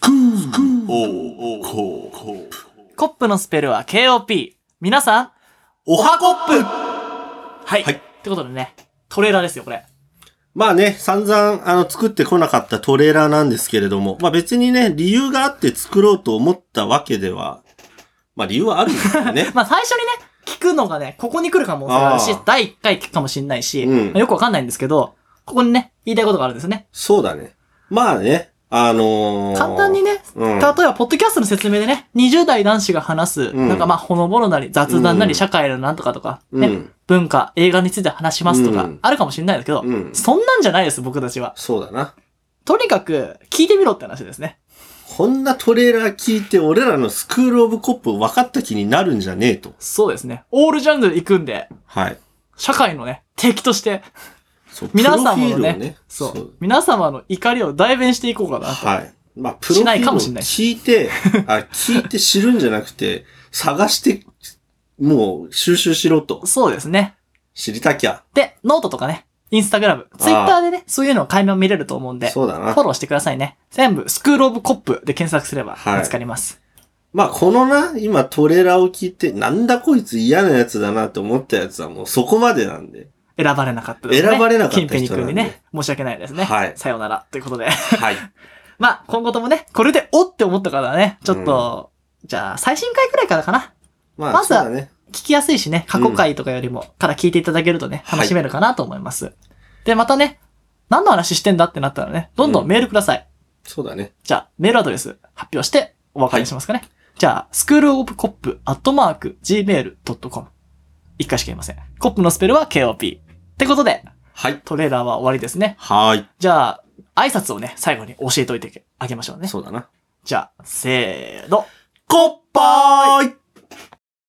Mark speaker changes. Speaker 1: クークーおコープ
Speaker 2: コップのスペルは KOP。皆さん、
Speaker 1: おはコップ
Speaker 2: はい。
Speaker 1: はい
Speaker 2: ってことでね、トレーラーですよ、これ。。
Speaker 1: まあね、散々、あの、作ってこなかったトレーラーなんですけれども、まあ別にね、理由があって作ろうと思ったわけでは、まあ理由はあるんですよ ね
Speaker 2: まあ最初にね、聞くのがね、ここに来る可能性があるし
Speaker 1: あー、
Speaker 2: 第1回聞くかもしんないし、
Speaker 1: うん
Speaker 2: まあよくわかんないんですけど、ここにね、言いたいことがあるんですよね。
Speaker 1: そうだね。まあね、あのー、
Speaker 2: 簡単にね、
Speaker 1: うん
Speaker 2: 例えば、ポッドキャストの説明でね、20代男子が話す、
Speaker 1: うん
Speaker 2: なんかまあ、ほのぼのなり、雑談な
Speaker 1: うん
Speaker 2: り、社会のなんとかとか、
Speaker 1: う
Speaker 2: ね
Speaker 1: ん、
Speaker 2: 文化、映画について話しますと
Speaker 1: う
Speaker 2: か
Speaker 1: ん、
Speaker 2: あるかもしれないですけど
Speaker 1: う、ん
Speaker 2: そんなんじゃないです、僕たちは。
Speaker 1: そうだな。
Speaker 2: とにかく、聞いてみろって話ですね。
Speaker 1: こんなトレーラー聞いて俺らのスクールオブコップ分かった気になるんじゃねえと。
Speaker 2: そうですね。オールジャンルで行くんで、
Speaker 1: はい。
Speaker 2: 社会のね、敵として、
Speaker 1: そう
Speaker 2: 皆様の
Speaker 1: プロフィー
Speaker 2: ね、
Speaker 1: ルを
Speaker 2: そう皆様の怒りを代弁していこうかなと。
Speaker 1: はい。まあ、プロフ
Speaker 2: しな
Speaker 1: ィー
Speaker 2: いか
Speaker 1: ルを
Speaker 2: もしんない
Speaker 1: 聞いて、あ、聞いて知るんじゃなくて、探して、もう収集しろと。
Speaker 2: そうですね。
Speaker 1: 知りたきゃ。
Speaker 2: で、ノートとかね、インスタグラム、ツイッターでね、そういうのを解明見れると思うんで、フ
Speaker 1: そうだな
Speaker 2: ォ。ローしてくださいね。全部、スクールオブコップで検索すれば
Speaker 1: はい
Speaker 2: 見つかります。
Speaker 1: まあ、このな、今トレーラーを聞いて、なんだこいつ嫌なやつだなって思ったやつはもうそこまでなんで。
Speaker 2: 選ばれなかったですね。
Speaker 1: 選ばれなかった人なんで
Speaker 2: 金ペニ君にね、申し訳ないですね。
Speaker 1: はい
Speaker 2: さようなら、ということで。
Speaker 1: はい。
Speaker 2: まあ、今後ともね、これでおって思ったからね、ちょっと、じゃあ、最新回くらいからかな。
Speaker 1: まあ、
Speaker 2: まず
Speaker 1: そう
Speaker 2: は
Speaker 1: だね。
Speaker 2: 聞きやすいしね、過去回とかよりも、から聞いていただけるとね、
Speaker 1: はい
Speaker 2: 楽しめるかなと思います。で、またね、何の話してんだってなったらね、どんど
Speaker 1: うんん
Speaker 2: メールください。
Speaker 1: そうだね。
Speaker 2: じゃあ、メールアドレス発表してお別れしますかね。じゃあ、スクールオブコップアットマーク gmail.com。一回しか言いません。コップのスペルは KOP。ってことで、
Speaker 1: はい。
Speaker 2: トレーラーは終わりですね。
Speaker 1: はい。
Speaker 2: じゃあ、挨拶をね、最後に教えておいてあげましょうね。
Speaker 1: そうだな。
Speaker 2: じゃあ、せーの。
Speaker 1: コッパー